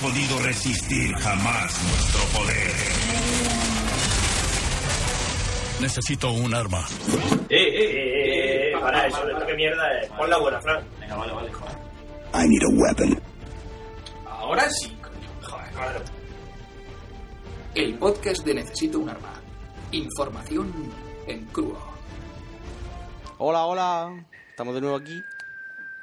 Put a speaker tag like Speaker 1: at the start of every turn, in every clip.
Speaker 1: podido resistir jamás nuestro poder.
Speaker 2: Necesito un arma.
Speaker 3: Eh, eh, eh, eh, para eso, de qué mierda es. Pon la buena, Fran. Venga, vale, vale, joder.
Speaker 1: I need a weapon.
Speaker 4: Ahora sí, coño.
Speaker 3: Joder, claro.
Speaker 4: El podcast de Necesito un arma. Información en crudo.
Speaker 5: Hola, hola. Estamos de nuevo aquí.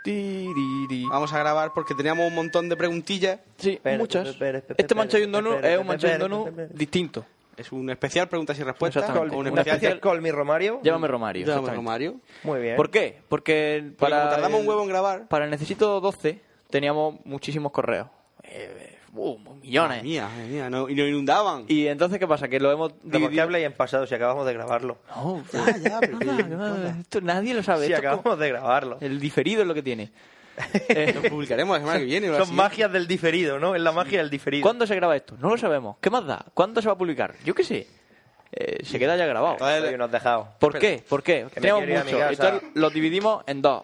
Speaker 6: Tiriri.
Speaker 5: Vamos a grabar porque teníamos un montón de preguntillas.
Speaker 6: Sí,
Speaker 7: Espera,
Speaker 6: muchas.
Speaker 7: espera, espera,
Speaker 6: este
Speaker 7: espera,
Speaker 6: manchado y un donut
Speaker 7: espera,
Speaker 6: es un manchado y un
Speaker 7: espera,
Speaker 6: donut
Speaker 7: espera.
Speaker 6: distinto.
Speaker 5: Es un especial preguntas y respuestas.
Speaker 6: Exactamente.
Speaker 5: con un
Speaker 7: Una
Speaker 5: especial,
Speaker 7: especial Call Me Romario.
Speaker 6: Llámame Romario.
Speaker 5: Llámame,
Speaker 6: exactamente.
Speaker 5: Romario.
Speaker 7: Muy bien.
Speaker 6: ¿Por qué? Porque
Speaker 5: Porque
Speaker 6: para
Speaker 5: como tardamos
Speaker 6: el-
Speaker 5: un huevo en grabar.
Speaker 6: Para el Necesito 12 teníamos muchísimos correos. Eh, eh, uh, millones.
Speaker 5: Madre mía, madre mía, no- y nos inundaban.
Speaker 6: Y entonces, ¿qué pasa? Que lo hemos
Speaker 7: ¿Por qué
Speaker 6: dividido-
Speaker 7: habláis en pasado si acabamos de grabarlo?
Speaker 6: No, ah,
Speaker 5: Ya, ya, pero
Speaker 6: nada,
Speaker 5: que-
Speaker 6: nada, esto nadie lo sabe. esto
Speaker 7: Si
Speaker 6: es
Speaker 7: acabamos
Speaker 6: como-
Speaker 7: de grabarlo.
Speaker 6: El diferido es lo que tiene. Eh,
Speaker 5: Lo publicaremos la semana que viene. o así.
Speaker 7: Son magias del diferido, ¿no? Es la magia del diferido.
Speaker 6: ¿Cuándo se graba esto? No lo sabemos. ¿Qué más da? ¿Cuándo se va a publicar? Yo qué sé. Eh, se queda ya grabado.
Speaker 5: Entonces,
Speaker 7: Oye, nos has dejado.
Speaker 6: ¿Por qué? ¿Por qué?
Speaker 7: me
Speaker 6: Teníamos
Speaker 7: quiero ir a mi
Speaker 6: muchos.
Speaker 7: casa.
Speaker 6: Entonces los dividimos en dos.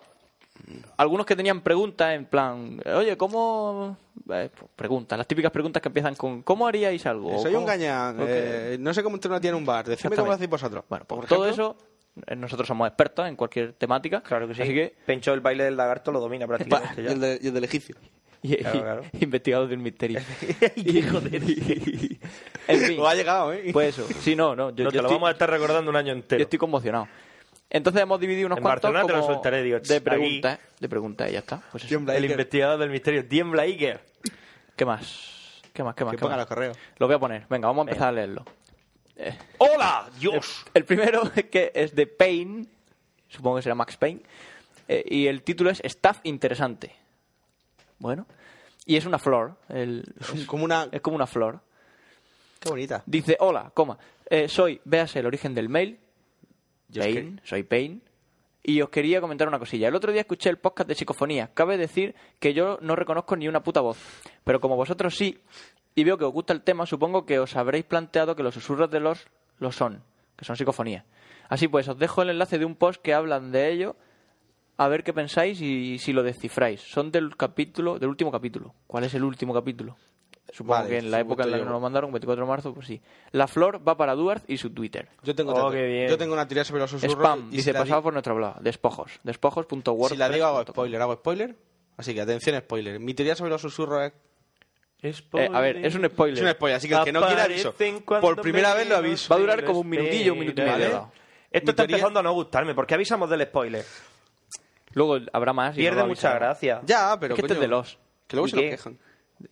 Speaker 6: Algunos que tenían preguntas en plan, oye, ¿cómo...? eh, pues, preguntas, las típicas preguntas que empiezan con ¿cómo haríais algo?
Speaker 5: Soy un
Speaker 6: ¿Cómo-
Speaker 5: gañán.
Speaker 6: Oh, Ok.
Speaker 5: eh, no sé cómo entrar una tía en un bar. Decidme cómo lo hacéis vosotros.
Speaker 6: Bueno, pues
Speaker 5: Por
Speaker 6: todo
Speaker 5: ejemplo,
Speaker 6: eso, eh, nosotros somos expertos en cualquier temática.
Speaker 7: Claro que sí.
Speaker 6: Así que,
Speaker 7: Pencho el baile del lagarto lo domina
Speaker 5: pa,
Speaker 7: prácticamente
Speaker 5: y,
Speaker 7: ya.
Speaker 5: el de- y el del egipcio.
Speaker 6: y-
Speaker 7: Claro,
Speaker 6: y-
Speaker 7: claro.
Speaker 6: investigados del misterio.
Speaker 7: Hijo de-
Speaker 6: En fin,
Speaker 5: Lo ha llegado, ¿eh?
Speaker 6: pues eso. Sí, no, no. Yo, yo
Speaker 7: No, te lo
Speaker 6: estoy,
Speaker 7: vamos a estar recordando un año
Speaker 6: yo
Speaker 7: entero.
Speaker 6: estoy conmocionado. Entonces hemos dividido unos
Speaker 7: En
Speaker 6: cuantos
Speaker 7: Barcelona te lo
Speaker 6: como
Speaker 7: soltaré, digo,
Speaker 6: de
Speaker 7: "Aquí".
Speaker 6: preguntas, de preguntas y ya está. Pues eso.
Speaker 5: Tiembla
Speaker 7: El
Speaker 5: Iker,
Speaker 7: investigador del misterio, Diem Blaiker.
Speaker 6: ¿Qué más? ¿Qué más? ¿Qué más?
Speaker 5: Que
Speaker 6: ¿Qué
Speaker 5: ponga
Speaker 6: más?
Speaker 5: los correos.
Speaker 6: Lo voy a poner. Venga, vamos a empezar a leerlo. Eh,
Speaker 7: ¡Hola! ¡Dios!
Speaker 6: El primero es que es de Payne, supongo que será Max Payne, eh, y el título es Staff Interesante. Bueno, y es una flor, el- es,
Speaker 5: Como una...
Speaker 6: es como una flor.
Speaker 5: Qué bonita.
Speaker 6: Dice, hola, coma, eh, soy, véase el origen del mail, Payne, soy Payne, y os quería comentar una cosilla. El otro día escuché el podcast de psicofonía. Cabe decir que yo no reconozco ni una puta voz, pero como vosotros sí, y veo que os gusta el tema, supongo que os habréis planteado que los susurros de los lo son, que son psicofonía. Así pues, os dejo el enlace de un post que hablan de ello, a ver qué pensáis y si lo descifráis. Son del capítulo, del último capítulo. ¿Cuál es el último capítulo? Supongo
Speaker 5: Vale,
Speaker 6: que en la
Speaker 5: supongo
Speaker 6: época en la que
Speaker 5: yo.
Speaker 6: nos lo mandaron, 24 de marzo, pues sí. La flor va para Duarte y su Twitter.
Speaker 5: Yo tengo,
Speaker 7: Oh,
Speaker 5: tanto-
Speaker 7: qué bien.
Speaker 5: yo tengo una teoría sobre los susurros.
Speaker 6: Spam,
Speaker 5: Pues y si
Speaker 6: dice,
Speaker 5: la di-
Speaker 6: pasado por nuestro blog, despojos, despojos.wordpress.
Speaker 5: Si la digo hago spoiler, hago spoiler. Así que atención spoiler. Mi teoría sobre los susurros es...
Speaker 6: Eh, a ver, es un spoiler.
Speaker 5: Es un spoiler, así que el que no quiera aviso.
Speaker 7: Aparecen cuando
Speaker 5: Por primera vez lo aviso.
Speaker 6: Va a durar como un minutillo, un minuto y
Speaker 7: Vale.
Speaker 6: medio.
Speaker 7: Esto
Speaker 5: Mi
Speaker 7: está
Speaker 5: teoría-
Speaker 7: empezando a no gustarme. ¿Por qué avisamos del spoiler?
Speaker 6: Luego habrá más. y
Speaker 7: Pierde
Speaker 6: nos lo
Speaker 7: mucha
Speaker 6: avisarán.
Speaker 7: gracia.
Speaker 5: Ya, pero
Speaker 6: Es que
Speaker 5: coño,
Speaker 6: este es de los.
Speaker 5: Que luego
Speaker 7: ¿Y
Speaker 5: se nos
Speaker 7: qué?
Speaker 5: quejan.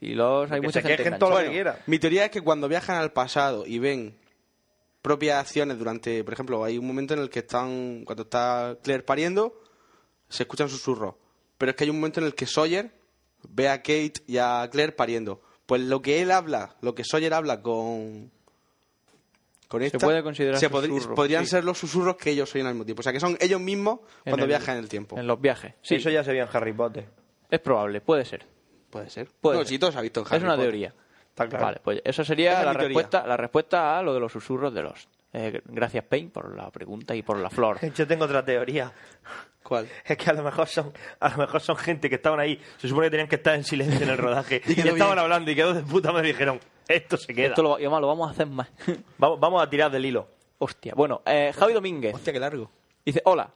Speaker 6: Y los hay
Speaker 7: Que
Speaker 6: mucha
Speaker 7: se
Speaker 6: gente.
Speaker 7: quejen todos
Speaker 6: enganchada.
Speaker 7: los que quieran.
Speaker 5: Mi teoría es que cuando viajan al pasado y ven propias acciones durante, por ejemplo, hay un momento en el que están, cuando está Claire pariendo, se escuchan susurros. Pero es que hay un momento en el que Sawyer ve a Kate y a Claire pariendo. Pues lo que él habla, lo que Sawyer habla con con esta,
Speaker 6: puede considerar
Speaker 5: se podri-
Speaker 6: susurro,
Speaker 5: podrían
Speaker 6: sí.
Speaker 5: ser los susurros que ellos oyen al mismo tiempo. O sea, que son ellos mismos
Speaker 6: En
Speaker 5: cuando
Speaker 6: el-
Speaker 5: viajan en el tiempo.
Speaker 6: En los viajes. Sí,
Speaker 7: Eso ya se vio en Harry Potter.
Speaker 6: es probable, puede ser.
Speaker 5: Puede ser.
Speaker 6: Puede
Speaker 5: no,
Speaker 6: ser.
Speaker 5: si todos ha visto en Harry
Speaker 6: es una
Speaker 5: Potter.
Speaker 6: teoría.
Speaker 7: Está claro.
Speaker 6: Vale, pues eso
Speaker 5: Esa
Speaker 6: sería
Speaker 5: es
Speaker 6: la
Speaker 5: mi teoría.
Speaker 6: respuesta, la respuesta a lo de los susurros de los. Eh, gracias, Payne, por la pregunta y por la flor.
Speaker 7: Yo tengo otra teoría.
Speaker 5: ¿Cuál?
Speaker 7: Es que a lo mejor son, a lo mejor son gente que estaban ahí. Se supone que tenían que estar en silencio en el rodaje. y
Speaker 5: quedó
Speaker 7: estaban
Speaker 5: bien.
Speaker 7: hablando y quedó de puta madre y dijeron, esto se queda.
Speaker 6: Esto lo, y además lo vamos a hacer más.
Speaker 7: Vamos, vamos a tirar del hilo.
Speaker 6: Hostia. Bueno, eh, Javi Domínguez.
Speaker 5: Hostia, qué largo.
Speaker 6: Dice, hola,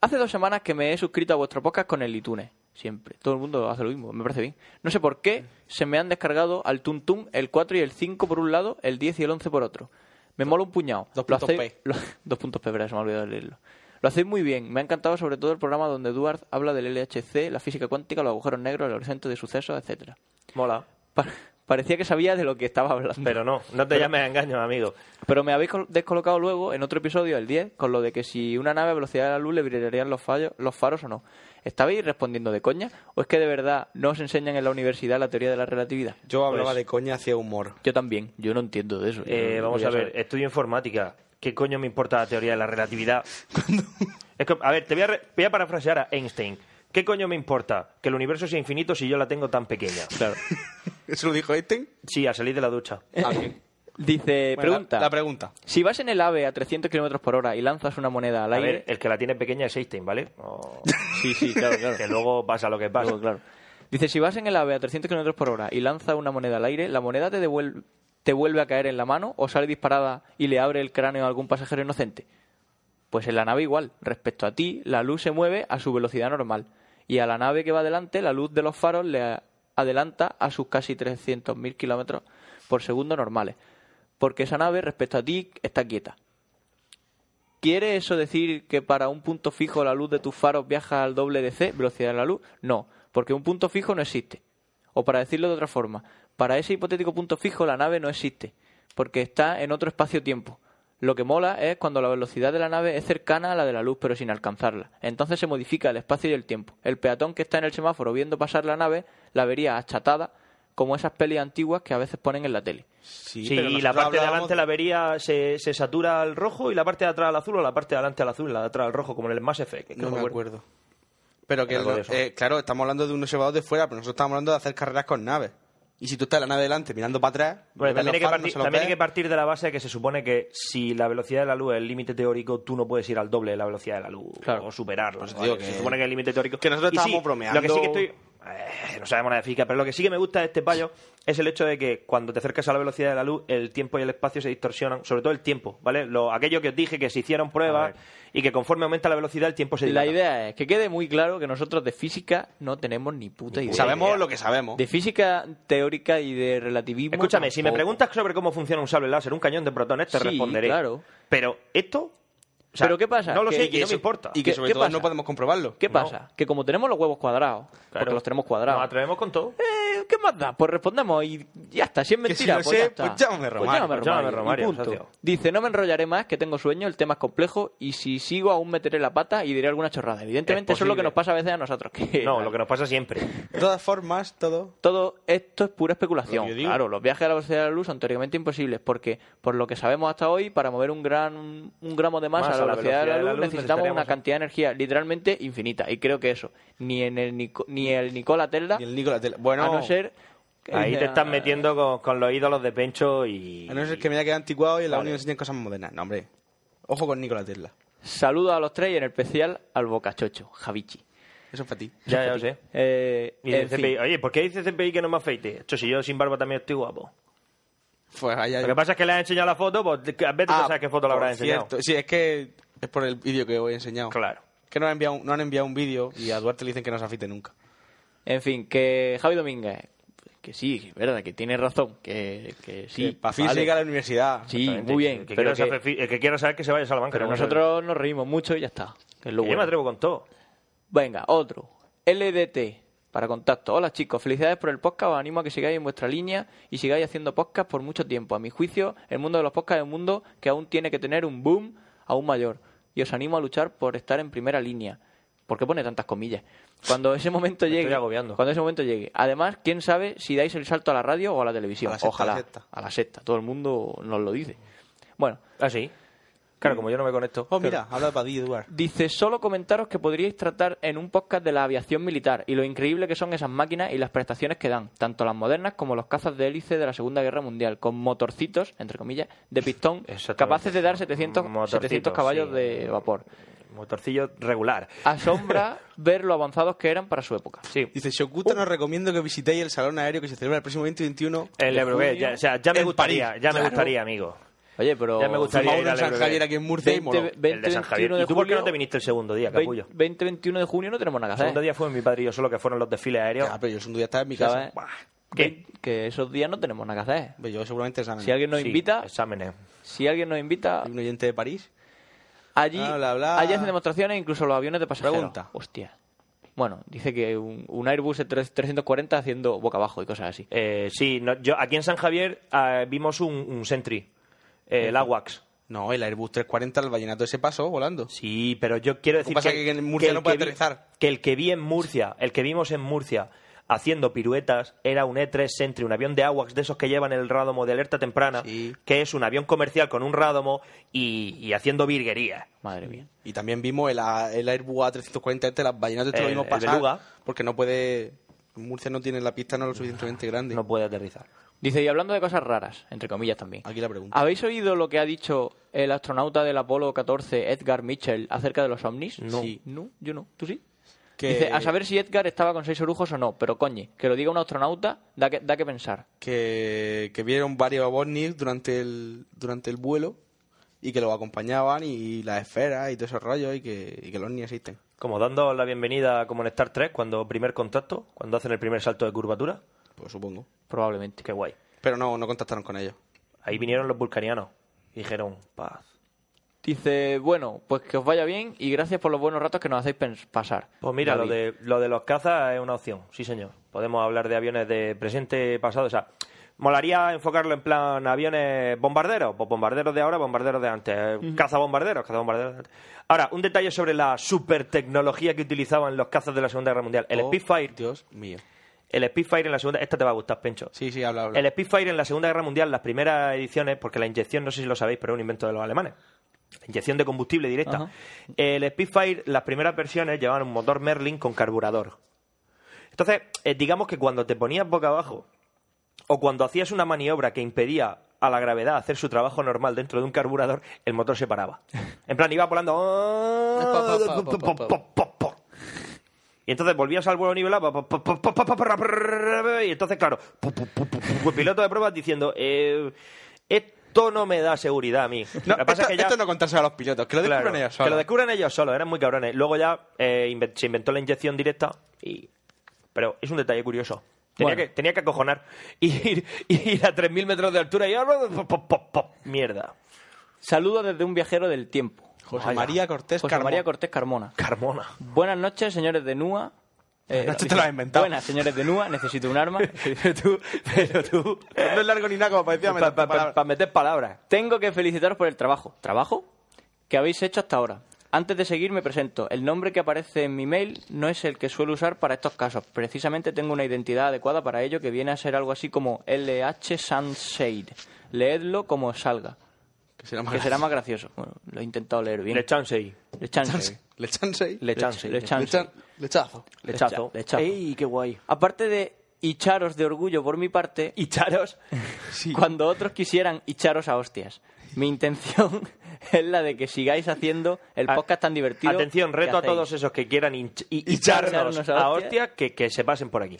Speaker 6: hace dos semanas que me he suscrito a vuestro podcast con el iTunes. Siempre. Todo el mundo hace lo mismo, me parece bien. No sé por qué se me han descargado al Tum Tum el 4 y el 5 por un lado, el 10 y el 11 por otro. Me mola un puñado.
Speaker 5: Dos
Speaker 6: Lo
Speaker 5: puntos
Speaker 6: hacéis-
Speaker 5: P.
Speaker 6: lo- dos puntos P, verdad, se me ha olvidado leerlo. Lo hacéis muy bien. Me ha encantado sobre todo el programa donde Duarte habla del LHC, la física cuántica, los agujeros negros, el horizonte de sucesos, etcétera.
Speaker 7: Mola.
Speaker 6: Pa- parecía que sabía de lo que estaba hablando.
Speaker 7: Pero no, no te llames a engaños, amigo.
Speaker 6: Pero me habéis col- descolocado luego en otro episodio, el 10, con lo de que si una nave a velocidad de la luz le brillarían los, fallos, los faros o no. ¿Estabais respondiendo de coña? ¿O es que de verdad no os enseñan en la universidad la teoría de la relatividad?
Speaker 5: Yo hablaba
Speaker 7: Pues-
Speaker 5: de coña hacia humor.
Speaker 6: Yo también, yo no entiendo de eso. yo
Speaker 7: Eh,
Speaker 6: no
Speaker 7: vamos
Speaker 6: voy
Speaker 7: a ver,
Speaker 6: saber.
Speaker 7: estudio informática. ¿Qué coño me importa la teoría de la relatividad? es que, a ver, te voy a, re- voy a parafrasear a Einstein. ¿Qué coño me importa que el universo sea infinito si yo la tengo tan pequeña?
Speaker 6: Claro.
Speaker 5: ¿Eso lo dijo Einstein?
Speaker 7: Sí, a salir de la ducha.
Speaker 5: Ah, bien.
Speaker 6: Dice,
Speaker 5: Bueno,
Speaker 6: pregunta.
Speaker 5: La, la pregunta.
Speaker 6: si vas en el AVE a 300 kilómetros por hora y lanzas una moneda al
Speaker 7: A
Speaker 6: aire...
Speaker 7: ver, el que la tiene pequeña es Einstein, ¿vale? O-
Speaker 6: Sí, sí, claro, claro.
Speaker 7: que luego pasa lo que pasa.
Speaker 6: Luego, claro. Dice, si vas en el AVE a 300 km por hora y lanza una moneda al aire, ¿la moneda te, devuel- te vuelve a caer en la mano o sale disparada y le abre el cráneo a algún pasajero inocente? Pues en la nave igual. Respecto a ti, la luz se mueve a su velocidad normal. Y a la nave que va adelante, la luz de los faros le a- adelanta a sus casi 300.000 kilómetros por segundo normales. Porque esa nave, respecto a ti, está quieta. ¿Quiere eso decir que para un punto fijo la luz de tus faros viaja al doble de c, velocidad de la luz? No, porque un punto fijo no existe. O para decirlo de otra forma, para ese hipotético punto fijo la nave no existe, porque está en otro espacio-tiempo. Lo que mola es cuando la velocidad de la nave es cercana a la de la luz, pero sin alcanzarla. Entonces se modifica el espacio y el tiempo. El peatón que está en el semáforo viendo pasar la nave la vería achatada, como esas pelis antiguas que a veces ponen en la tele.
Speaker 5: Sí,
Speaker 7: Sí,
Speaker 5: pero
Speaker 7: y la
Speaker 5: nosotros
Speaker 7: parte de
Speaker 5: hablábamos-
Speaker 7: adelante la vería, se, se satura al rojo y la parte de atrás al azul o la parte de adelante al azul y la de atrás al rojo, como en el Mass Effect. que
Speaker 5: No me acuerdo. Pero que,
Speaker 7: Algo
Speaker 5: no-
Speaker 7: de eso.
Speaker 5: eh, claro, estamos hablando de un observador de fuera, pero nosotros estamos hablando de hacer carreras con naves. Y si tú estás en la nave delante mirando para atrás,
Speaker 7: Bueno,
Speaker 5: no ves
Speaker 7: también, hay que,
Speaker 5: los faros, no
Speaker 7: partir,
Speaker 5: se los
Speaker 7: también hay
Speaker 5: ves.
Speaker 7: que partir de la base que se supone que si la velocidad de la luz es el límite teórico, tú no puedes ir al doble de la velocidad de la luz
Speaker 6: Claro.
Speaker 7: o superarla.
Speaker 5: Pues te
Speaker 7: ¿vale?
Speaker 5: digo que-
Speaker 7: se supone que el límite teórico.
Speaker 5: que nosotros
Speaker 7: Y
Speaker 5: estábamos
Speaker 7: sí,
Speaker 5: bromeando.
Speaker 7: Lo que sí que estoy. eh, no sabemos nada de física, pero lo que sí que me gusta de este payo es el hecho de que cuando te acercas a la velocidad de la luz, el tiempo y el espacio se distorsionan, sobre todo el tiempo, ¿vale? Lo, aquello que os dije que se hicieron pruebas y que conforme aumenta la velocidad, el tiempo se dilata.
Speaker 6: La idea es que quede muy claro que nosotros de física no tenemos ni puta idea.
Speaker 5: Sabemos lo que sabemos.
Speaker 6: De física teórica y de relativismo.
Speaker 7: Escúchame, si me
Speaker 6: tampoco.
Speaker 7: preguntas sobre cómo funciona un sable láser, un cañón de protones, te
Speaker 6: Sí,
Speaker 7: responderé.
Speaker 6: claro.
Speaker 7: Pero esto. o sea,
Speaker 6: ¿Pero qué pasa?
Speaker 7: No lo
Speaker 6: Que-
Speaker 7: sé y
Speaker 6: que
Speaker 7: no
Speaker 6: eso-
Speaker 7: me importa.
Speaker 5: Y que
Speaker 6: ¿Qué-
Speaker 5: sobre
Speaker 6: qué
Speaker 5: todo
Speaker 6: pasa?
Speaker 5: no podemos comprobarlo.
Speaker 6: ¿Qué pasa? Que como tenemos los huevos cuadrados,
Speaker 7: Claro.
Speaker 6: porque los tenemos cuadrados.
Speaker 7: Nos atrevemos con todo.
Speaker 6: eh, ¿Qué más da? Pues respondemos y ya está. Si es
Speaker 5: si
Speaker 6: mentira,
Speaker 5: lo
Speaker 6: pues,
Speaker 5: sé,
Speaker 6: ya está.
Speaker 5: pues llámame Romario,
Speaker 6: llámame
Speaker 7: llámame
Speaker 6: y
Speaker 7: Romario,
Speaker 6: punto.
Speaker 7: socio.
Speaker 6: Dice, no me enrollaré más, que tengo sueño, el tema es complejo y si sigo aún meteré la pata y diré alguna chorrada. Evidentemente
Speaker 7: Es
Speaker 6: eso es lo que
Speaker 7: posible.
Speaker 6: nos pasa a veces a nosotros. que-
Speaker 7: No, lo que nos pasa siempre.
Speaker 5: De todas formas, todo.
Speaker 6: Todo esto es pura especulación.
Speaker 5: Lo que yo digo.
Speaker 6: claro, los viajes a la velocidad de la luz son teóricamente imposibles porque, por lo que sabemos hasta hoy, para mover un gran un gramo de masa, a la velocidad, de la luz, necesitamos una
Speaker 7: necesitaríamos-
Speaker 6: cantidad de energía literalmente infinita. Y creo que eso, ni en el Nico- ni el Nicola Tesla,
Speaker 5: Y el Nicolás Tesla. Bueno,
Speaker 6: a no ser... que-
Speaker 7: Ahí te estás
Speaker 6: eh,
Speaker 7: metiendo con, con los ídolos de Pencho y.
Speaker 5: a no ser que me haya quedado anticuado y en la
Speaker 7: Vale.
Speaker 5: uni me enseñan cosas modernas. No, hombre. Ojo con Nicolás Tesla.
Speaker 6: Saludo a los tres y en especial al bocachocho, Javichi.
Speaker 5: Eso es para ti.
Speaker 7: Ya, ya lo sé.
Speaker 6: Eh,
Speaker 7: Y dice
Speaker 6: en fin.
Speaker 7: CPI, Oye, ¿por qué dice CPI que no me afeite? Esto si yo sin barba también estoy guapo.
Speaker 5: Pues allá.
Speaker 6: Eh,
Speaker 7: Lo que pasa es que le han enseñado la foto, pues a veces
Speaker 5: Ah,
Speaker 7: no sabes qué foto le
Speaker 5: por
Speaker 7: habrán enseñado.
Speaker 5: cierto. Sí, es que es por el vídeo que hoy he enseñado.
Speaker 7: Claro.
Speaker 5: Que no han enviado, no han enviado un vídeo y a Duarte le dicen que no se afite nunca.
Speaker 6: En fin, que Javi Domínguez, que sí, que es verdad, que tiene razón, que, que sí.
Speaker 5: que para
Speaker 6: vale.
Speaker 5: física a la universidad.
Speaker 6: Sí,
Speaker 7: Exactamente.
Speaker 6: muy bien.
Speaker 7: El que,
Speaker 6: pero
Speaker 7: quiera
Speaker 6: que-
Speaker 7: saber fi- el que quiera saber que se vaya a Salamanca.
Speaker 6: Pero
Speaker 7: ¿no?
Speaker 6: nosotros nos reímos mucho y ya está. que es lo
Speaker 7: Que Yo me
Speaker 6: bueno.
Speaker 7: atrevo con todo.
Speaker 6: Venga, otro. LDT, para contacto. Hola chicos, felicidades por el podcast. Os animo a que sigáis en vuestra línea y sigáis haciendo podcast por mucho tiempo. A mi juicio, el mundo de los podcasts es un mundo que aún tiene que tener un boom aún mayor. Y os animo a luchar por estar en primera línea. ¿Por qué pone tantas comillas? Cuando ese momento
Speaker 7: estoy
Speaker 6: llegue.
Speaker 7: agobiando.
Speaker 6: Cuando ese momento llegue. Además, quién sabe si dais el salto a la radio o a la televisión.
Speaker 5: A la sexta,
Speaker 6: Ojalá.
Speaker 5: a la sexta.
Speaker 6: A la sexta. Todo el mundo nos lo dice. Bueno,
Speaker 7: Ah, sí. Claro, como yo no me conecto.
Speaker 5: Oh, mira, habla para ti, Eduard.
Speaker 6: Dice, solo comentaros que podríais tratar en un podcast de la aviación militar y lo increíble que son esas máquinas y las prestaciones que dan, tanto las modernas como los cazas de hélice de la Segunda Guerra Mundial, con motorcitos, entre comillas, de pistón,
Speaker 7: Exactamente.
Speaker 6: capaces de dar 700,
Speaker 7: Motorcitos,
Speaker 6: 700 caballos
Speaker 7: sí.
Speaker 6: de vapor.
Speaker 7: Motorcillo regular.
Speaker 6: Asombra ver lo avanzados que eran para su época.
Speaker 7: Sí.
Speaker 5: Dice, Shokuta nos recomiendo que visitéis el salón aéreo que se celebra el próximo 20 y 21.
Speaker 7: El
Speaker 6: De
Speaker 7: Ebroguet,
Speaker 6: junio
Speaker 7: ya, o sea, ya me
Speaker 5: en
Speaker 7: gustaría,
Speaker 5: París,
Speaker 7: ya me
Speaker 5: claro.
Speaker 7: gustaría, amigo.
Speaker 6: Oye, pero...
Speaker 7: Ya me gustaría
Speaker 5: Fuimos
Speaker 7: ir
Speaker 5: uno en
Speaker 7: al
Speaker 5: San
Speaker 7: Ebroguet.
Speaker 5: Javier aquí en Murcia y
Speaker 6: 20,
Speaker 5: moló.
Speaker 7: el de San Javier.
Speaker 6: 21 de
Speaker 7: ¿Y tú por qué no
Speaker 6: julio?
Speaker 7: te viniste el segundo día, capullo?
Speaker 5: ¿Eh?
Speaker 6: 20-21 de junio no tenemos nada
Speaker 7: El
Speaker 6: que
Speaker 7: segundo
Speaker 6: hacer.
Speaker 7: día fue mi padre y yo solo que fueron los desfiles aéreos.
Speaker 5: Ya, pero yo el segundo día estaba en mi
Speaker 6: ¿sabes?
Speaker 5: casa.
Speaker 7: ¿Qué?
Speaker 6: Que esos días no tenemos nada que hacer.
Speaker 5: Hombre, Yo seguramente examen.
Speaker 6: Si alguien nos
Speaker 7: Mm, Sí,
Speaker 6: invita,
Speaker 7: Exámenes.
Speaker 6: si alguien nos invita,
Speaker 5: Hay un oyente de París.
Speaker 6: Allí,
Speaker 5: Bla, bla, bla.
Speaker 6: allí hacen demostraciones incluso los aviones de pasajeros.
Speaker 5: Pregunta.
Speaker 6: Hostia. Bueno, dice que un, un Airbus E 3- 340 haciendo boca abajo y cosas así.
Speaker 7: Eh, sí, no, yo, aquí en San Javier ah, vimos un, un Sentry, eh, el AWACS.
Speaker 5: No, el Airbus 340, el vallenato ese pasó volando.
Speaker 7: Sí, pero yo quiero decir
Speaker 5: pasa que en Murcia no
Speaker 7: el
Speaker 5: puede
Speaker 7: que vi-
Speaker 5: aterrizar.
Speaker 7: que el que vi en Murcia, el que vimos en Murcia haciendo piruetas era un E3 Sentry, un avión de AWACS de esos que llevan el rádomo de alerta temprana,
Speaker 5: Sí.
Speaker 7: que es un avión comercial con un rádomo y, y haciendo virguería.
Speaker 6: Madre mía.
Speaker 5: Y también vimos el, A- el Airbus A340 este, las vallenato este lo
Speaker 7: El-
Speaker 5: vimos
Speaker 7: el
Speaker 5: pasar.
Speaker 7: Beluga.
Speaker 5: Porque no puede... Murcia no tiene la pista no lo suficientemente grande.
Speaker 7: No puede aterrizar.
Speaker 6: Dice, y hablando de cosas raras, entre comillas también.
Speaker 5: Aquí la pregunta.
Speaker 6: ¿Habéis oído lo que ha dicho el astronauta del Apolo 14, Edgar Mitchell, acerca de los ovnis?
Speaker 5: No.
Speaker 6: Sí. No, yo no. ¿Tú sí?
Speaker 5: Que-
Speaker 6: Dice, a saber si Edgar estaba con seis orujos o no, pero coño, que lo diga un astronauta da que, da que pensar.
Speaker 5: que, que vieron varios ovnis durante el, durante el vuelo y que los acompañaban y las esferas y todo ese rollo y que, y que los ovnis existen.
Speaker 7: Como dando la bienvenida como en Star Trek, cuando primer contacto, cuando hacen el primer salto de curvatura.
Speaker 5: Pues supongo.
Speaker 6: Probablemente.
Speaker 7: Qué guay.
Speaker 5: Pero no, no contactaron con ellos.
Speaker 7: Ahí vinieron los vulcanianos y dijeron, paz.
Speaker 6: Dice, bueno, pues que os vaya bien y gracias por los buenos ratos que nos hacéis pens- pasar.
Speaker 7: Pues mira, lo
Speaker 6: David.
Speaker 7: de, lo de los cazas es una opción, sí señor. Podemos hablar de aviones de presente, pasado, o sea... Molaría enfocarlo en plan aviones bombarderos, pues bombarderos de ahora, bombarderos de antes, eh, cazabombarderos, cazabombarderos de antes. Ahora, un detalle sobre la supertecnología que utilizaban los cazas de la Segunda Guerra Mundial. El
Speaker 5: Oh,
Speaker 7: Spitfire,
Speaker 5: Dios mío.
Speaker 7: el Spitfire en la Segunda, esta te va a gustar, Pencho.
Speaker 5: Sí, sí, habla, habla.
Speaker 7: El Spitfire en la Segunda Guerra Mundial, las primeras ediciones, porque la inyección, no sé si lo sabéis, pero es un invento de los alemanes. Inyección de combustible directa.
Speaker 6: Ajá.
Speaker 7: El Spitfire, las primeras versiones llevaban un motor Merlin con carburador. Entonces, eh, digamos que cuando te ponías boca abajo o cuando hacías una maniobra que impedía a la gravedad hacer su trabajo normal dentro de un carburador, el motor se paraba. En plan, iba volando. Y entonces volvías al vuelo nivelado. pa, pa, pa, pa, pa, pa, pa, pa, pa, Y entonces, claro, pu, pu, pu, pu, pu, pu, piloto de pruebas diciendo: eh, Esto no me da seguridad a mí.
Speaker 5: No,
Speaker 7: Lo que
Speaker 5: esto,
Speaker 7: pasa es que ya-
Speaker 5: esto no contárselo a los pilotos, que lo
Speaker 7: claro,
Speaker 5: descubran ellos
Speaker 7: Que lo
Speaker 5: solos.
Speaker 7: descubran ellos solos, eran muy cabrones. Luego ya eh, inve- se inventó la inyección directa y. Pero es un detalle curioso. Tenía,
Speaker 6: Bueno.
Speaker 7: que, tenía que acojonar. Y ir, y ir a 3.000 metros de altura y. ¡ah, po, po, po, po, Mierda.
Speaker 6: Saludo desde un viajero del tiempo.
Speaker 5: José
Speaker 7: Vaya.
Speaker 5: María Cortés
Speaker 6: José
Speaker 5: Carmona.
Speaker 6: María Cortés Carmona.
Speaker 7: Carmona.
Speaker 6: Buenas noches, señores de NUA. Eh,
Speaker 5: Buenas noches,
Speaker 6: dice,
Speaker 5: te lo has inventado.
Speaker 6: Buenas, señores de NUA, necesito un arma.
Speaker 7: tú, pero tú.
Speaker 5: No es largo ni nada como parecía. me
Speaker 7: Para
Speaker 5: da palabra.
Speaker 7: meter palabras.
Speaker 6: Tengo que felicitaros por el trabajo. ¿Trabajo? Que habéis hecho hasta ahora. Antes de seguir, me presento. El nombre que aparece en mi mail no es el que suelo usar para estos casos. Precisamente tengo una identidad adecuada para ello que viene a ser algo así como LH Sunshade. Leedlo como salga,
Speaker 5: Que será más
Speaker 6: que será
Speaker 5: gracioso.
Speaker 6: más gracioso. Bueno, lo he intentado leer bien.
Speaker 7: Le chance ahí.
Speaker 6: Le chance.
Speaker 5: Le chance.
Speaker 7: Le chance.
Speaker 6: Le chance.
Speaker 5: chan- le chazo.
Speaker 7: Lechazo.
Speaker 6: Le chazo.
Speaker 7: ¡Ey, qué guay!
Speaker 6: Aparte de hincharos de orgullo por mi parte,
Speaker 7: Y Charos.
Speaker 6: cuando otros quisieran hincharos a hostias. Mi intención es la de que sigáis haciendo el
Speaker 7: A-
Speaker 6: podcast tan divertido.
Speaker 7: Atención,
Speaker 6: que
Speaker 7: reto a
Speaker 6: hacéis.
Speaker 7: todos esos que quieran hinch- y-
Speaker 6: Hincharnos
Speaker 7: hincharnos
Speaker 6: a
Speaker 7: a
Speaker 6: hostia.
Speaker 7: hostia que, que se pasen por aquí.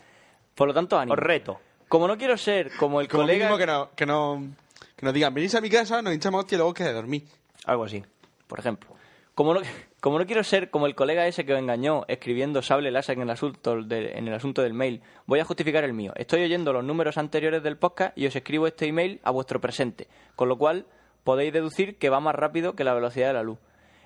Speaker 6: Por lo tanto, ánimo.
Speaker 7: Os reto.
Speaker 6: Como no quiero ser como el
Speaker 5: Como
Speaker 6: colega.
Speaker 5: mínimo que, no, que, no, que nos digan, venís a mi casa, nos hinchamos hostia y luego que de dormir.
Speaker 7: Algo así.
Speaker 6: Por ejemplo. Como no, como no quiero ser como el colega ese que os engañó escribiendo sable láser en el, asunto de- en el asunto del mail, voy a justificar el mío. Estoy oyendo los números anteriores del podcast y os escribo este email a vuestro presente, con lo cual podéis deducir que va más rápido que la velocidad de la luz.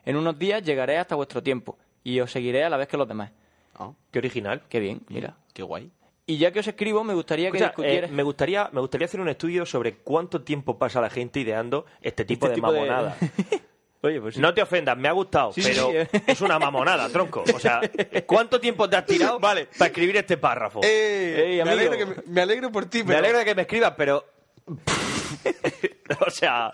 Speaker 6: En unos días llegaré hasta vuestro tiempo y os seguiré a la vez que los demás.
Speaker 5: Ah,
Speaker 7: Qué original.
Speaker 6: Qué bien, mira.
Speaker 5: qué guay.
Speaker 6: Y ya que os escribo, me gustaría que
Speaker 7: Escucha,
Speaker 6: discutierais...
Speaker 7: eh, me, gustaría, me gustaría hacer un estudio sobre cuánto tiempo pasa la gente ideando este tipo
Speaker 6: Este
Speaker 7: de
Speaker 6: tipo de-
Speaker 7: mamonada.
Speaker 6: Oye, pues sí.
Speaker 7: No te ofendas, me ha gustado,
Speaker 6: Sí, sí,
Speaker 7: pero
Speaker 6: sí.
Speaker 7: es una mamonada, tronco. O sea, ¿cuánto tiempo te has tirado
Speaker 5: Vale.
Speaker 7: para escribir este párrafo?
Speaker 5: Eh,
Speaker 6: Ey,
Speaker 5: me,
Speaker 6: amigo.
Speaker 5: alegro que me, me alegro por ti, pero...
Speaker 7: Me alegro de que me escribas, pero... o sea,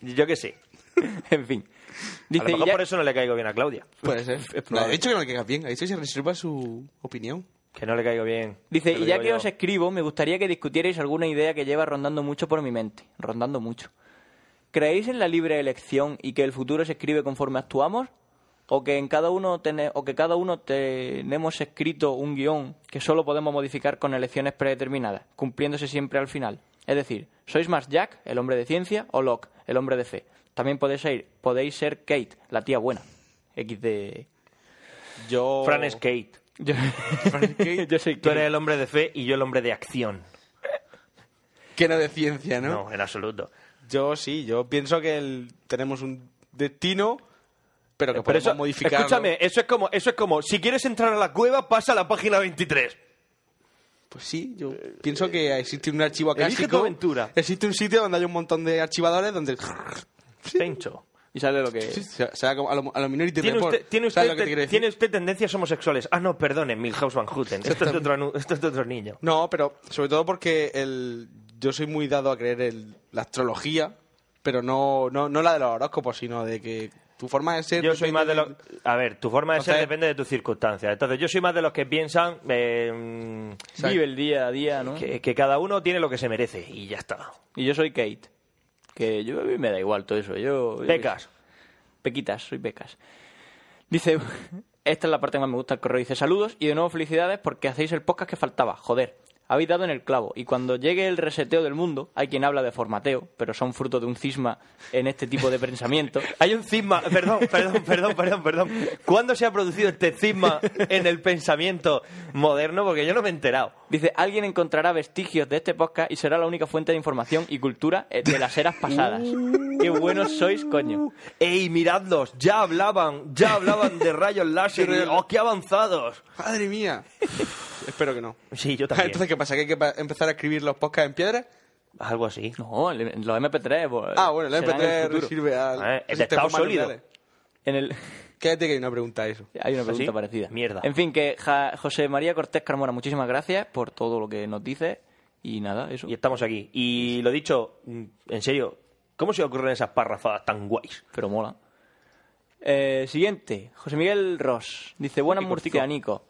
Speaker 7: yo qué sé.
Speaker 6: En fin.
Speaker 7: A
Speaker 6: Dice,
Speaker 7: lo mejor
Speaker 6: ya-
Speaker 7: por eso no le caigo bien a Claudia.
Speaker 5: Puede ser. pues, eh, No, ha
Speaker 6: probable.
Speaker 5: dicho que no le caigas bien, ha dicho que se reserva su opinión.
Speaker 7: Que no le caigo bien.
Speaker 6: Dice,
Speaker 7: Te lo
Speaker 6: y ya
Speaker 7: digo
Speaker 6: que
Speaker 7: yo.
Speaker 6: os escribo, me gustaría que discutierais alguna idea que lleva rondando mucho por mi mente. Rondando mucho. ¿Creéis en la libre elección y que el futuro se escribe conforme actuamos? ¿O que, en cada uno tene- o que cada uno tenemos escrito un guión que solo podemos modificar con elecciones predeterminadas, cumpliéndose siempre al final? Es decir, ¿sois más Jack, el hombre de ciencia, o Locke, el hombre de fe? También podéis ser, podéis ser Kate, la tía buena. XD.
Speaker 5: Yo...
Speaker 7: Fran es Kate.
Speaker 6: Yo, Yo soy
Speaker 7: Tú
Speaker 6: Kate.
Speaker 7: eres el hombre de fe y yo el hombre de acción.
Speaker 5: Que no de ciencia, ¿no?
Speaker 7: No, en absoluto.
Speaker 5: Yo sí, yo pienso que el- tenemos un destino, pero que
Speaker 7: Pero
Speaker 5: podemos
Speaker 7: eso,
Speaker 5: modificarlo.
Speaker 7: escúchame, eso es como, eso es como, si quieres entrar a la cueva, pasa a la página 23.
Speaker 5: Pues sí, yo pienso que existe un archivo
Speaker 7: Elige
Speaker 5: acásico.
Speaker 7: tu aventura. Eh.
Speaker 5: Existe un sitio donde hay un montón de archivadores donde...
Speaker 7: Pencho.
Speaker 6: Y sale lo que...
Speaker 5: Sí, se- se haga como a lo, a lo Minority
Speaker 7: ¿Tiene
Speaker 5: Report.
Speaker 7: usted, tiene, usted,
Speaker 5: ¿Sabes lo que te quiero decir?
Speaker 7: tiene usted tendencias homosexuales. Ah, no, perdone, Milhouse Van Houten. Esto es, de otro, anu- esto es de otro niño.
Speaker 5: No, pero sobre todo porque el, yo soy muy dado a creer en la astrología, pero no, no, no la de los horóscopos, sino de que tu forma de ser...
Speaker 7: Yo soy más de los... A ver, tu forma de ser
Speaker 5: Entonces-
Speaker 7: depende de tus circunstancias. Entonces, yo soy más de los que piensan eh,
Speaker 6: Vive el día a día, ¿no?
Speaker 7: que, que cada uno tiene lo que se merece y ya está.
Speaker 6: Y yo soy Kate. Que yo a mí
Speaker 5: Pues
Speaker 6: me da igual todo eso. Yo, yo-
Speaker 7: Pecas.
Speaker 6: Pequitas, soy pecas. Dice, Esta es la parte que más me gusta. El correo dice saludos y de nuevo felicidades porque hacéis el podcast que faltaba. Joder, habéis dado en el clavo. Y cuando llegue el reseteo del mundo, hay quien habla de formateo, pero son fruto de un cisma en este tipo de pensamiento.
Speaker 7: Hay un cisma, perdón, perdón, perdón, perdón, perdón. ¿Cuándo se ha producido este cisma en el pensamiento moderno? Porque yo no me he enterado.
Speaker 6: Dice, alguien encontrará vestigios de este podcast y será la única fuente de información y cultura eh, de las eras pasadas. Qué buenos sois, coño.
Speaker 7: ¡Ey, miradlos! Ya hablaban, ya hablaban de rayos láser. y- ¡Oh, qué avanzados!
Speaker 5: Madre mía. Espero que no.
Speaker 7: Sí, yo también. Eh,
Speaker 5: Entonces, ¿qué pasa? ¿Que hay que pa- empezar a escribir los podcasts en piedra?
Speaker 7: Algo así.
Speaker 6: No, el- los MP3. pues,
Speaker 5: Ah, bueno, el
Speaker 6: serán en
Speaker 5: MP3
Speaker 6: futuro.
Speaker 5: sirve al
Speaker 7: Ah, eh, el
Speaker 5: sistema
Speaker 7: estado sólido.
Speaker 5: material.
Speaker 6: En el...
Speaker 5: Cállate que hay una pregunta a eso.
Speaker 6: Hay una pregunta
Speaker 7: ¿Sí?
Speaker 6: parecida.
Speaker 7: Mierda.
Speaker 6: En fin, que Ja- José María Cortés Carmona, muchísimas gracias por todo lo que nos dice. Y nada, eso.
Speaker 7: Y estamos aquí. Y lo dicho, mm, en serio, ¿cómo se ocurren esas párrafas tan guays?
Speaker 6: pero mola. Eh, siguiente, José Miguel Ross. Dice, buenas murcianicos.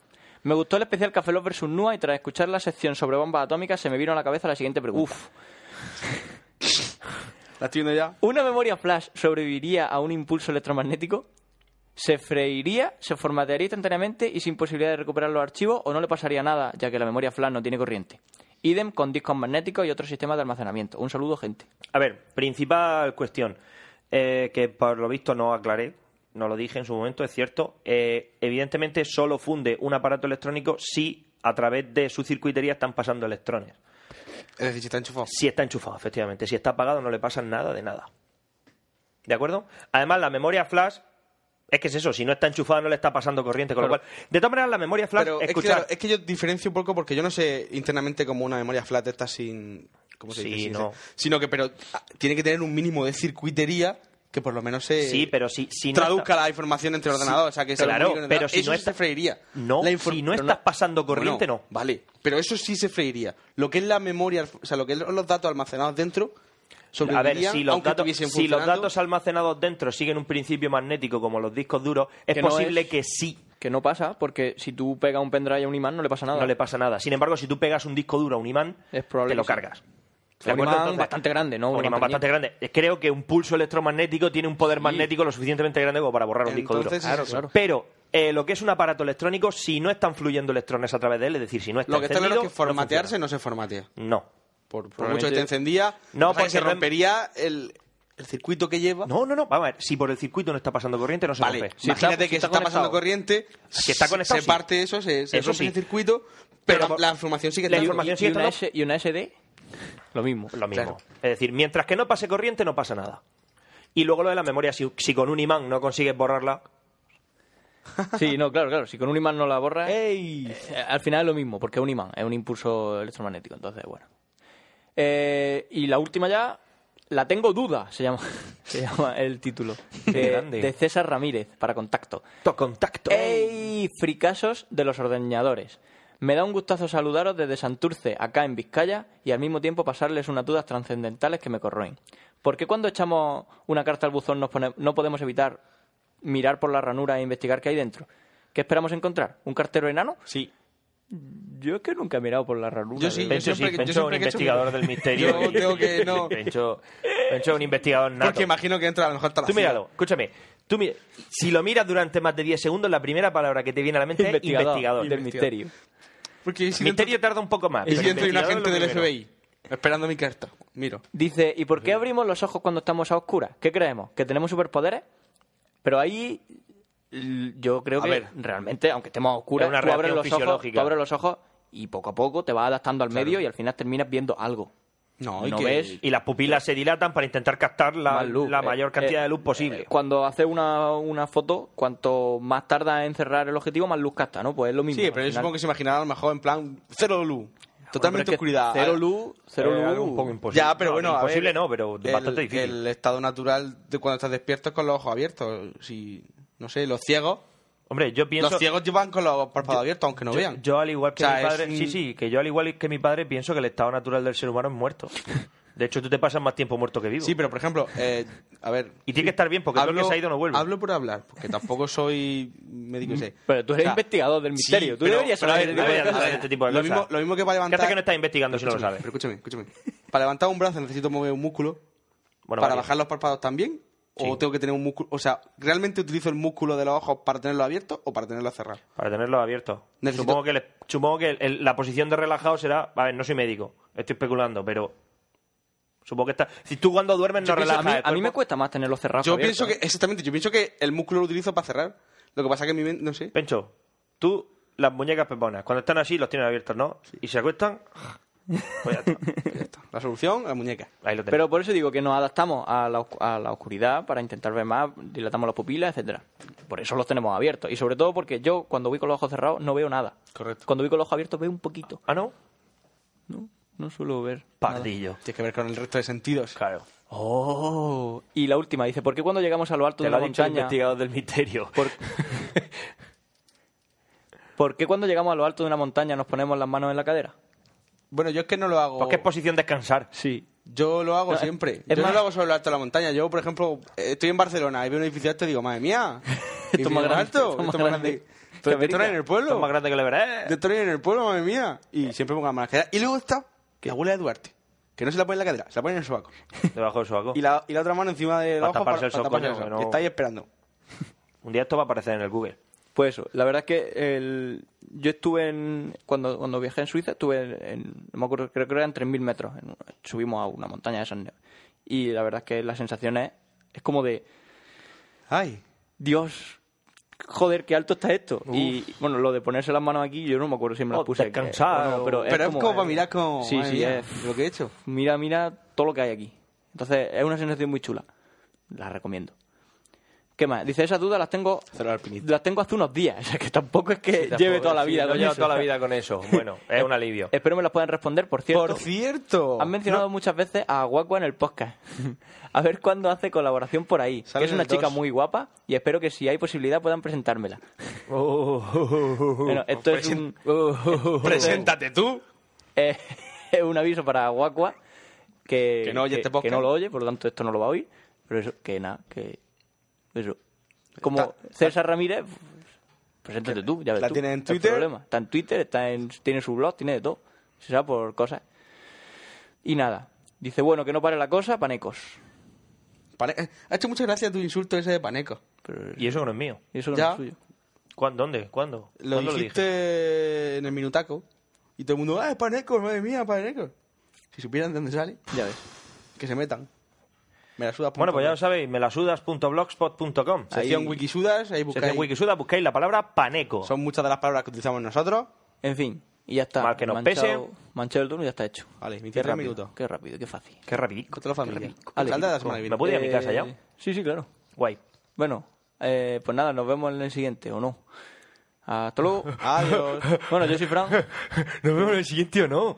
Speaker 6: Me gustó el especial Café Love vs. Nua y tras escuchar la sección sobre bombas atómicas se me vino a la cabeza la siguiente pregunta. Uf.
Speaker 5: La estoy viendo
Speaker 7: Uh.
Speaker 5: ya.
Speaker 6: ¿Una memoria flash sobreviviría a un impulso electromagnético? ¿Se freiría, se formatearía instantáneamente y sin posibilidad de recuperar los archivos o no le pasaría nada ya que la memoria flash no tiene corriente? Idem con discos magnéticos y otros sistemas de almacenamiento. Un saludo, gente.
Speaker 7: A ver, principal cuestión, eh, que por lo visto no aclaré, no lo dije en su momento, es cierto. eh, evidentemente solo funde un aparato electrónico si a través de su circuitería están pasando electrones.
Speaker 5: Es decir, si está enchufado.
Speaker 7: Si está enchufado, efectivamente. Si está apagado no le pasa nada de nada. ¿De acuerdo? Además, la memoria flash... Es que es eso, si no está enchufada no le está pasando corriente, con lo
Speaker 5: Claro.
Speaker 7: cual... De todas maneras, la memoria flash...
Speaker 5: Pero es que,
Speaker 7: escuchad,
Speaker 5: claro, es que yo diferencio un poco porque yo no sé internamente como una memoria flat está sin. ¿Cómo se
Speaker 7: Sí,
Speaker 5: dice? Sin-
Speaker 7: no.
Speaker 5: Sino que, pero ah, tiene que tener un mínimo de circuitería que por lo menos se.
Speaker 7: Sí, pero si- si no
Speaker 5: traduzca
Speaker 7: está-
Speaker 5: la información entre el ordenador. o sea, que se
Speaker 7: claro,
Speaker 5: comunique con el
Speaker 7: pero
Speaker 5: ordenador.
Speaker 7: si
Speaker 5: eso
Speaker 7: no
Speaker 5: sí
Speaker 7: está-
Speaker 5: se freiría.
Speaker 7: No,
Speaker 5: La infor-
Speaker 7: si no
Speaker 5: pero
Speaker 7: estás pasando corriente, no.
Speaker 5: Vale, pero eso sí se freiría. Lo que es la memoria, o sea, lo que son los datos almacenados dentro.
Speaker 7: A ver,
Speaker 5: sobrevivirían,
Speaker 7: si los,
Speaker 5: aunque
Speaker 7: datos,
Speaker 5: estuviesen
Speaker 7: si los
Speaker 5: funcionando.
Speaker 7: datos almacenados dentro siguen un principio magnético como los discos duros, es
Speaker 6: Que no
Speaker 7: posible
Speaker 6: es-
Speaker 7: que sí,
Speaker 6: Que no pasa porque si tú pegas un pendrive a un imán no le pasa nada.
Speaker 7: no le pasa nada. Sin embargo, si tú pegas un disco duro a un imán,
Speaker 6: Es probable
Speaker 7: te lo
Speaker 6: que sí.
Speaker 7: cargas.
Speaker 6: Un imán bastante grande, ¿no?
Speaker 7: Un
Speaker 6: Una
Speaker 7: imán
Speaker 6: pequeña.
Speaker 7: bastante grande. Creo que un pulso electromagnético tiene un poder magnético lo suficientemente grande como para borrar un disco duro.
Speaker 5: Entonces, Claro, sí, sí. claro.
Speaker 7: Pero eh, lo que es un aparato electrónico, si no están fluyendo electrones a través de él, es decir, si no está
Speaker 5: Lo que está claro es que
Speaker 7: encendido, no
Speaker 5: formatearse
Speaker 7: funciona.
Speaker 5: no se formatea.
Speaker 7: no.
Speaker 5: por, por
Speaker 6: Probablemente-
Speaker 5: mucho que te encendía,
Speaker 7: No,
Speaker 5: o sea, que se
Speaker 7: porque-
Speaker 5: rompería el, el circuito que lleva.
Speaker 7: No, no, no. Vamos a ver, si por el circuito no está pasando corriente, no se
Speaker 5: Vale,
Speaker 7: rompe.
Speaker 6: Si
Speaker 5: imagínate
Speaker 6: está- si
Speaker 5: que
Speaker 6: está
Speaker 5: se está pasando
Speaker 6: conectado.
Speaker 5: corriente,
Speaker 7: Si está
Speaker 5: se-
Speaker 7: conectado,
Speaker 5: se
Speaker 7: sí.
Speaker 5: parte eso, se, se
Speaker 7: Eso
Speaker 5: rompe
Speaker 7: sí.
Speaker 5: el circuito, pero,
Speaker 7: Pero-
Speaker 5: la, la información sigue
Speaker 7: La
Speaker 5: estando.
Speaker 7: información
Speaker 6: ¿Y,
Speaker 7: sigue
Speaker 6: una
Speaker 7: estando
Speaker 6: S- y una SD? Lo mismo.
Speaker 7: Lo mismo.
Speaker 5: Claro.
Speaker 7: Es decir, mientras que no pase corriente, no pasa nada. Y luego lo de la memoria, si, si con un imán no consigues borrarla,
Speaker 6: Sí, no, claro, claro. Si con un imán no la borras,
Speaker 7: ¡ey!
Speaker 6: eh, al final es lo mismo, porque es un imán, es un impulso electromagnético. Entonces, bueno. Eh, y la última ya, la tengo duda, se llama, se llama el título.
Speaker 7: Qué
Speaker 6: De,
Speaker 7: grande.
Speaker 6: de César Ramírez, para contacto.
Speaker 7: To contacto.
Speaker 6: ¡Ey! Fricasos de los ordeñadores. Me da un gustazo saludaros desde Santurce, acá en Vizcaya, y al mismo tiempo pasarles unas dudas trascendentales que me corroen. ¿Por qué cuando echamos una carta al buzón nos pone- no podemos evitar mirar por la ranura e investigar qué hay dentro? ¿Qué esperamos encontrar? ¿Un cartero enano?
Speaker 7: Sí.
Speaker 6: Yo es que nunca he mirado por la ranura.
Speaker 5: Yo sí,
Speaker 6: de-
Speaker 5: siempre
Speaker 7: Pencho
Speaker 5: que-
Speaker 7: sí,
Speaker 5: yo
Speaker 7: Pencho es un
Speaker 5: siempre que he hecho
Speaker 7: investigador
Speaker 5: mi-
Speaker 7: del misterio.
Speaker 5: Yo tengo que- no.
Speaker 7: Pencho, Pencho es un investigador nato.
Speaker 5: Porque imagino que entra a lo mejor hasta la
Speaker 7: Tú
Speaker 5: CIA.
Speaker 7: míralo, escúchame. Tú mi- Si lo miras durante más de 10 segundos, la primera palabra que te viene a la mente es
Speaker 6: investigador,
Speaker 7: investigador.
Speaker 6: del misterio.
Speaker 5: Porque y si dentro-
Speaker 7: Misterio tarda un poco más.
Speaker 5: y
Speaker 7: pero
Speaker 5: si entra un
Speaker 7: investigador
Speaker 5: agente
Speaker 7: lo
Speaker 5: del
Speaker 7: primero.
Speaker 5: FBI esperando mi carta. Miro.
Speaker 6: Dice, ¿y por qué abrimos los ojos cuando estamos a oscuras? ¿Qué creemos? ¿Que tenemos superpoderes? Pero ahí l- yo creo
Speaker 5: A
Speaker 6: que
Speaker 5: ver.
Speaker 6: realmente, aunque estemos a oscuras,
Speaker 7: Es una
Speaker 6: tú abres,
Speaker 7: reacción
Speaker 6: los ojos,
Speaker 7: fisiológica.
Speaker 6: tú abres los ojos y poco a poco te vas adaptando al medio y al final terminas viendo algo.
Speaker 5: No, y
Speaker 6: No
Speaker 5: que-
Speaker 6: ves.
Speaker 7: Y las pupilas se dilatan para intentar captar la,
Speaker 6: Más luz.
Speaker 7: la
Speaker 6: Eh,
Speaker 7: mayor cantidad
Speaker 6: eh,
Speaker 7: de luz posible.
Speaker 6: eh, cuando haces una, una foto, cuanto más tarda en cerrar el objetivo, más luz capta, ¿no? Pues es lo mismo.
Speaker 5: Sí,
Speaker 6: al
Speaker 5: pero yo
Speaker 6: final.
Speaker 5: supongo que se imaginará a lo mejor en plan cero luz.
Speaker 6: Bueno, pero es
Speaker 5: Totalmente
Speaker 6: que
Speaker 5: oscuridad.
Speaker 6: Cero luz, cero
Speaker 7: Eh,
Speaker 6: luz.
Speaker 7: algo un poco imposible.
Speaker 5: Ya, pero
Speaker 7: No,
Speaker 5: bueno, a
Speaker 7: imposible
Speaker 5: ver,
Speaker 7: no, pero
Speaker 5: el-
Speaker 7: bastante difícil.
Speaker 5: El estado natural de cuando estás despierto es con los ojos abiertos. Si, no sé, los ciegos
Speaker 7: Hombre, yo pienso.
Speaker 5: Los ciegos llevan con los párpados abiertos, aunque no
Speaker 7: yo,
Speaker 5: vean.
Speaker 7: yo al igual que
Speaker 5: O sea,
Speaker 7: mi
Speaker 5: es
Speaker 7: padre.
Speaker 5: un-
Speaker 7: Sí, sí, que yo al igual que mi padre pienso que el estado natural del ser humano es muerto. De hecho, tú te pasas más tiempo muerto que vivo.
Speaker 5: Sí, pero por ejemplo, eh, a ver.
Speaker 7: Y tiene que estar bien, porque todo el que se ha ido no vuelve.
Speaker 5: Hablo por hablar, porque tampoco soy médico, sé.
Speaker 6: Pero tú
Speaker 5: O
Speaker 6: eres
Speaker 5: sea,
Speaker 6: investigador del
Speaker 5: sí,
Speaker 6: misterio. tú
Speaker 5: pero-
Speaker 6: deberías
Speaker 5: pero a
Speaker 6: saber
Speaker 5: ver,
Speaker 6: ese
Speaker 5: a ver,
Speaker 6: tipo de cosas.
Speaker 5: a ver,
Speaker 7: este tipo de
Speaker 5: lo
Speaker 7: cosas.
Speaker 5: mismo, lo mismo que para
Speaker 7: ¿Qué
Speaker 5: levantar.
Speaker 7: hace que no estás investigando si no lo
Speaker 5: Escúchame,
Speaker 7: sabes?
Speaker 5: Pero escúchame, escúchame. Para levantar un brazo necesito mover un músculo.
Speaker 7: Bueno,
Speaker 5: para
Speaker 7: vale.
Speaker 5: bajar los párpados también. o tengo que tener un músculo. O sea, ¿realmente utilizo el músculo de los ojos para tenerlo abierto o para tenerlo cerrado?
Speaker 7: Para tenerlo abierto.
Speaker 5: Necesito-
Speaker 7: Supongo que, le- supongo que el- el- la posición de relajado será. A ver, no soy médico, estoy especulando, pero. Supongo que está. Si tú cuando duermes no
Speaker 6: Yo pienso-
Speaker 7: relajas.
Speaker 6: a, mí,
Speaker 7: el
Speaker 6: a mí me
Speaker 7: cuerpo.
Speaker 6: cuesta más tenerlo cerrado.
Speaker 5: Yo
Speaker 6: abierto,
Speaker 5: pienso que,
Speaker 6: ¿eh?
Speaker 5: exactamente, yo pienso que el músculo lo utilizo para cerrar. Lo que pasa que mi mente, no sé.
Speaker 7: Pencho, tú las muñecas peponas, cuando están así los tienes abiertos, ¿no? Y se acuestan. Pues ya está.
Speaker 5: La solución, la muñeca.
Speaker 7: Ahí lo tenemos.
Speaker 6: Pero por eso digo que nos adaptamos a la, os- a la oscuridad para intentar ver más, dilatamos las pupilas, etcétera. Por eso los tenemos abiertos. Y sobre todo porque yo cuando voy con los ojos cerrados no veo nada.
Speaker 5: Correcto.
Speaker 6: Cuando voy con los ojos abiertos veo un poquito.
Speaker 7: Ah, no.
Speaker 6: No, no suelo ver. nada.
Speaker 7: Pardillo.
Speaker 5: Tiene que ver con el resto de sentidos.
Speaker 7: Claro.
Speaker 6: Oh. Y la última dice, ¿por qué cuando llegamos a lo alto
Speaker 7: Te
Speaker 6: de
Speaker 7: lo
Speaker 6: la
Speaker 7: ha dicho el
Speaker 6: montaña...
Speaker 7: investigador del misterio.
Speaker 6: ¿Por... ¿Por qué cuando llegamos a lo alto de una montaña nos ponemos las manos en la cadera?
Speaker 5: Bueno, yo es que no lo hago.
Speaker 7: Porque es posición descansar.
Speaker 6: Sí.
Speaker 5: Yo lo hago
Speaker 6: No, es-
Speaker 5: siempre. yo
Speaker 6: es más-
Speaker 5: no lo hago sobre lo alto de la montaña. Yo, por ejemplo, eh, estoy en Barcelona y veo un edificio alto y digo, madre mía,
Speaker 6: Esto es más grande,
Speaker 5: alto, esto es más grande. Esto- Esto no era en el
Speaker 7: Esto es más
Speaker 5: pueblo.
Speaker 7: grande que la verás. eh,
Speaker 5: Yo estoy en el pueblo, madre mía. Y siempre pongo la mano en la cadera. Y luego está la abuela de Duarte, que no se la pone en la cadera, se la pone en el sobaco.
Speaker 7: Debajo del sobaco.
Speaker 5: Y la, y la otra mano encima del
Speaker 7: Para
Speaker 5: ojo
Speaker 7: taparse el soco,
Speaker 5: taparse
Speaker 7: coño,
Speaker 5: el
Speaker 7: que
Speaker 5: soco.
Speaker 7: no-
Speaker 5: Está ahí esperando.
Speaker 7: Un día esto va a aparecer en el Google.
Speaker 6: Pues eso, la verdad es que el- yo estuve en. Cuando, cuando viajé en Suiza, estuve en. en- no me acuerdo, creo que eran 3.000 metros. en- subimos a una montaña de esas neves. Y la verdad es que la sensación es. Es como de.
Speaker 5: Ay.
Speaker 6: Dios, joder, qué alto está esto. Y bueno, lo de ponerse las manos aquí, yo no me acuerdo si me las
Speaker 7: O
Speaker 6: puse.
Speaker 7: Oh, descansar,
Speaker 6: eh, o no,
Speaker 7: o-
Speaker 6: pero
Speaker 5: Pero es como
Speaker 6: eh,
Speaker 5: para mirar como.
Speaker 6: Sí,
Speaker 5: madre
Speaker 6: sí,
Speaker 5: mía,
Speaker 6: es-
Speaker 5: Lo que he hecho.
Speaker 6: Mira, mira todo lo que hay aquí. Entonces, es una sensación muy chula. La recomiendo. ¿Qué más? Dice, esas dudas las tengo
Speaker 5: Cero alpinista.
Speaker 6: las tengo hace unos días. O sea, que tampoco es que lleve toda la vida.
Speaker 7: Lo
Speaker 6: con
Speaker 7: llevo
Speaker 6: eso.
Speaker 7: toda la vida con eso. Bueno, es un alivio.
Speaker 6: Espero me las puedan responder, por cierto.
Speaker 5: Por cierto.
Speaker 6: han mencionado muchas veces a Guacua en el podcast. a ver cuándo hace colaboración por ahí. Que
Speaker 5: Sale
Speaker 6: es
Speaker 5: en
Speaker 6: una
Speaker 5: el
Speaker 6: chica
Speaker 5: dos.
Speaker 6: muy guapa y espero que si hay posibilidad puedan presentármela.
Speaker 5: Oh.
Speaker 6: Bueno, esto es un...
Speaker 5: Preséntate tú.
Speaker 6: Eh, es un aviso para Guacua que,
Speaker 5: Que no oye este podcast.
Speaker 6: que no lo oye, por lo tanto esto no lo va a oír. Pero eso, que nada, que. Eso. Como
Speaker 5: Está-
Speaker 6: César Ramírez, pues, preséntate tú, ya ves
Speaker 5: la
Speaker 6: tú,
Speaker 5: tiene en
Speaker 6: el
Speaker 5: Twitter.
Speaker 6: problema. Está en Twitter, está en, tiene su blog, tiene de todo. Se sabe por cosas. Y nada. Dice, bueno, que no pare la cosa, panecos.
Speaker 5: Pane- eh, Ha hecho muchas gracias tu insulto ese de Paneco.
Speaker 6: Pero
Speaker 7: Y eso que no es mío.
Speaker 6: eso no
Speaker 5: ya.
Speaker 6: es suyo.
Speaker 7: ¿Cuán- ¿Dónde? ¿Cuándo?
Speaker 5: Lo
Speaker 7: ¿Cuándo
Speaker 5: dijiste en el minutaco. Y todo el mundo, ¡ah, es Paneco! ¡Madre mía, Paneco! Si supieran de dónde sale,
Speaker 6: Ya ves.
Speaker 5: que se metan. Me la suda.
Speaker 7: Bueno, pues ya lo
Speaker 5: sabes.
Speaker 7: sabéis, melasudas.blogspot.com.
Speaker 5: Sección
Speaker 6: Ahí-
Speaker 5: Wikisudas, ahí buscáis.
Speaker 7: Sección Wikisuda, buscáis la palabra paneco.
Speaker 5: Son muchas de las palabras que utilizamos nosotros.
Speaker 6: En fin, y ya está.
Speaker 7: Mal que nos
Speaker 6: Manchado-
Speaker 7: pese.
Speaker 6: Manchado el turno y ya está hecho.
Speaker 5: Vale,
Speaker 6: qué
Speaker 5: 23
Speaker 6: rápido,
Speaker 5: minutos.
Speaker 6: Qué rápido, qué fácil.
Speaker 7: Qué rapidico.
Speaker 5: Contra la familia.
Speaker 6: Ale,
Speaker 5: Salda de la semana que
Speaker 7: ¿Me
Speaker 5: viene.
Speaker 7: puedo ir a mi casa ya?
Speaker 6: Eh, Sí, sí, claro.
Speaker 7: Guay.
Speaker 6: Bueno, eh, pues nada, nos vemos en el siguiente, ¿o no? Hasta luego.
Speaker 5: Adiós.
Speaker 6: bueno, yo soy Fran.
Speaker 7: Nos vemos en el siguiente o no.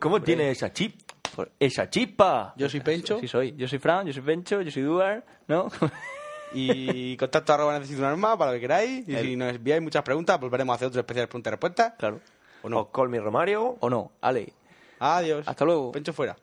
Speaker 7: ¿Cómo, tiene esa chispa? Esa chispa.
Speaker 5: Yo soy Pencho.
Speaker 6: Sí soy. Yo soy Fran, yo soy Bencho, yo soy Duar, ¿no?
Speaker 5: Y contacto arroba necesito un arma para lo que queráis. Y si nos enviáis muchas preguntas, volveremos a hacer otro especial pregunta y respuesta.
Speaker 6: claro.
Speaker 7: O no. Call me Romario.
Speaker 6: ¿O no? Ale,
Speaker 5: Adiós.
Speaker 6: Hasta luego.
Speaker 5: Pencho fuera.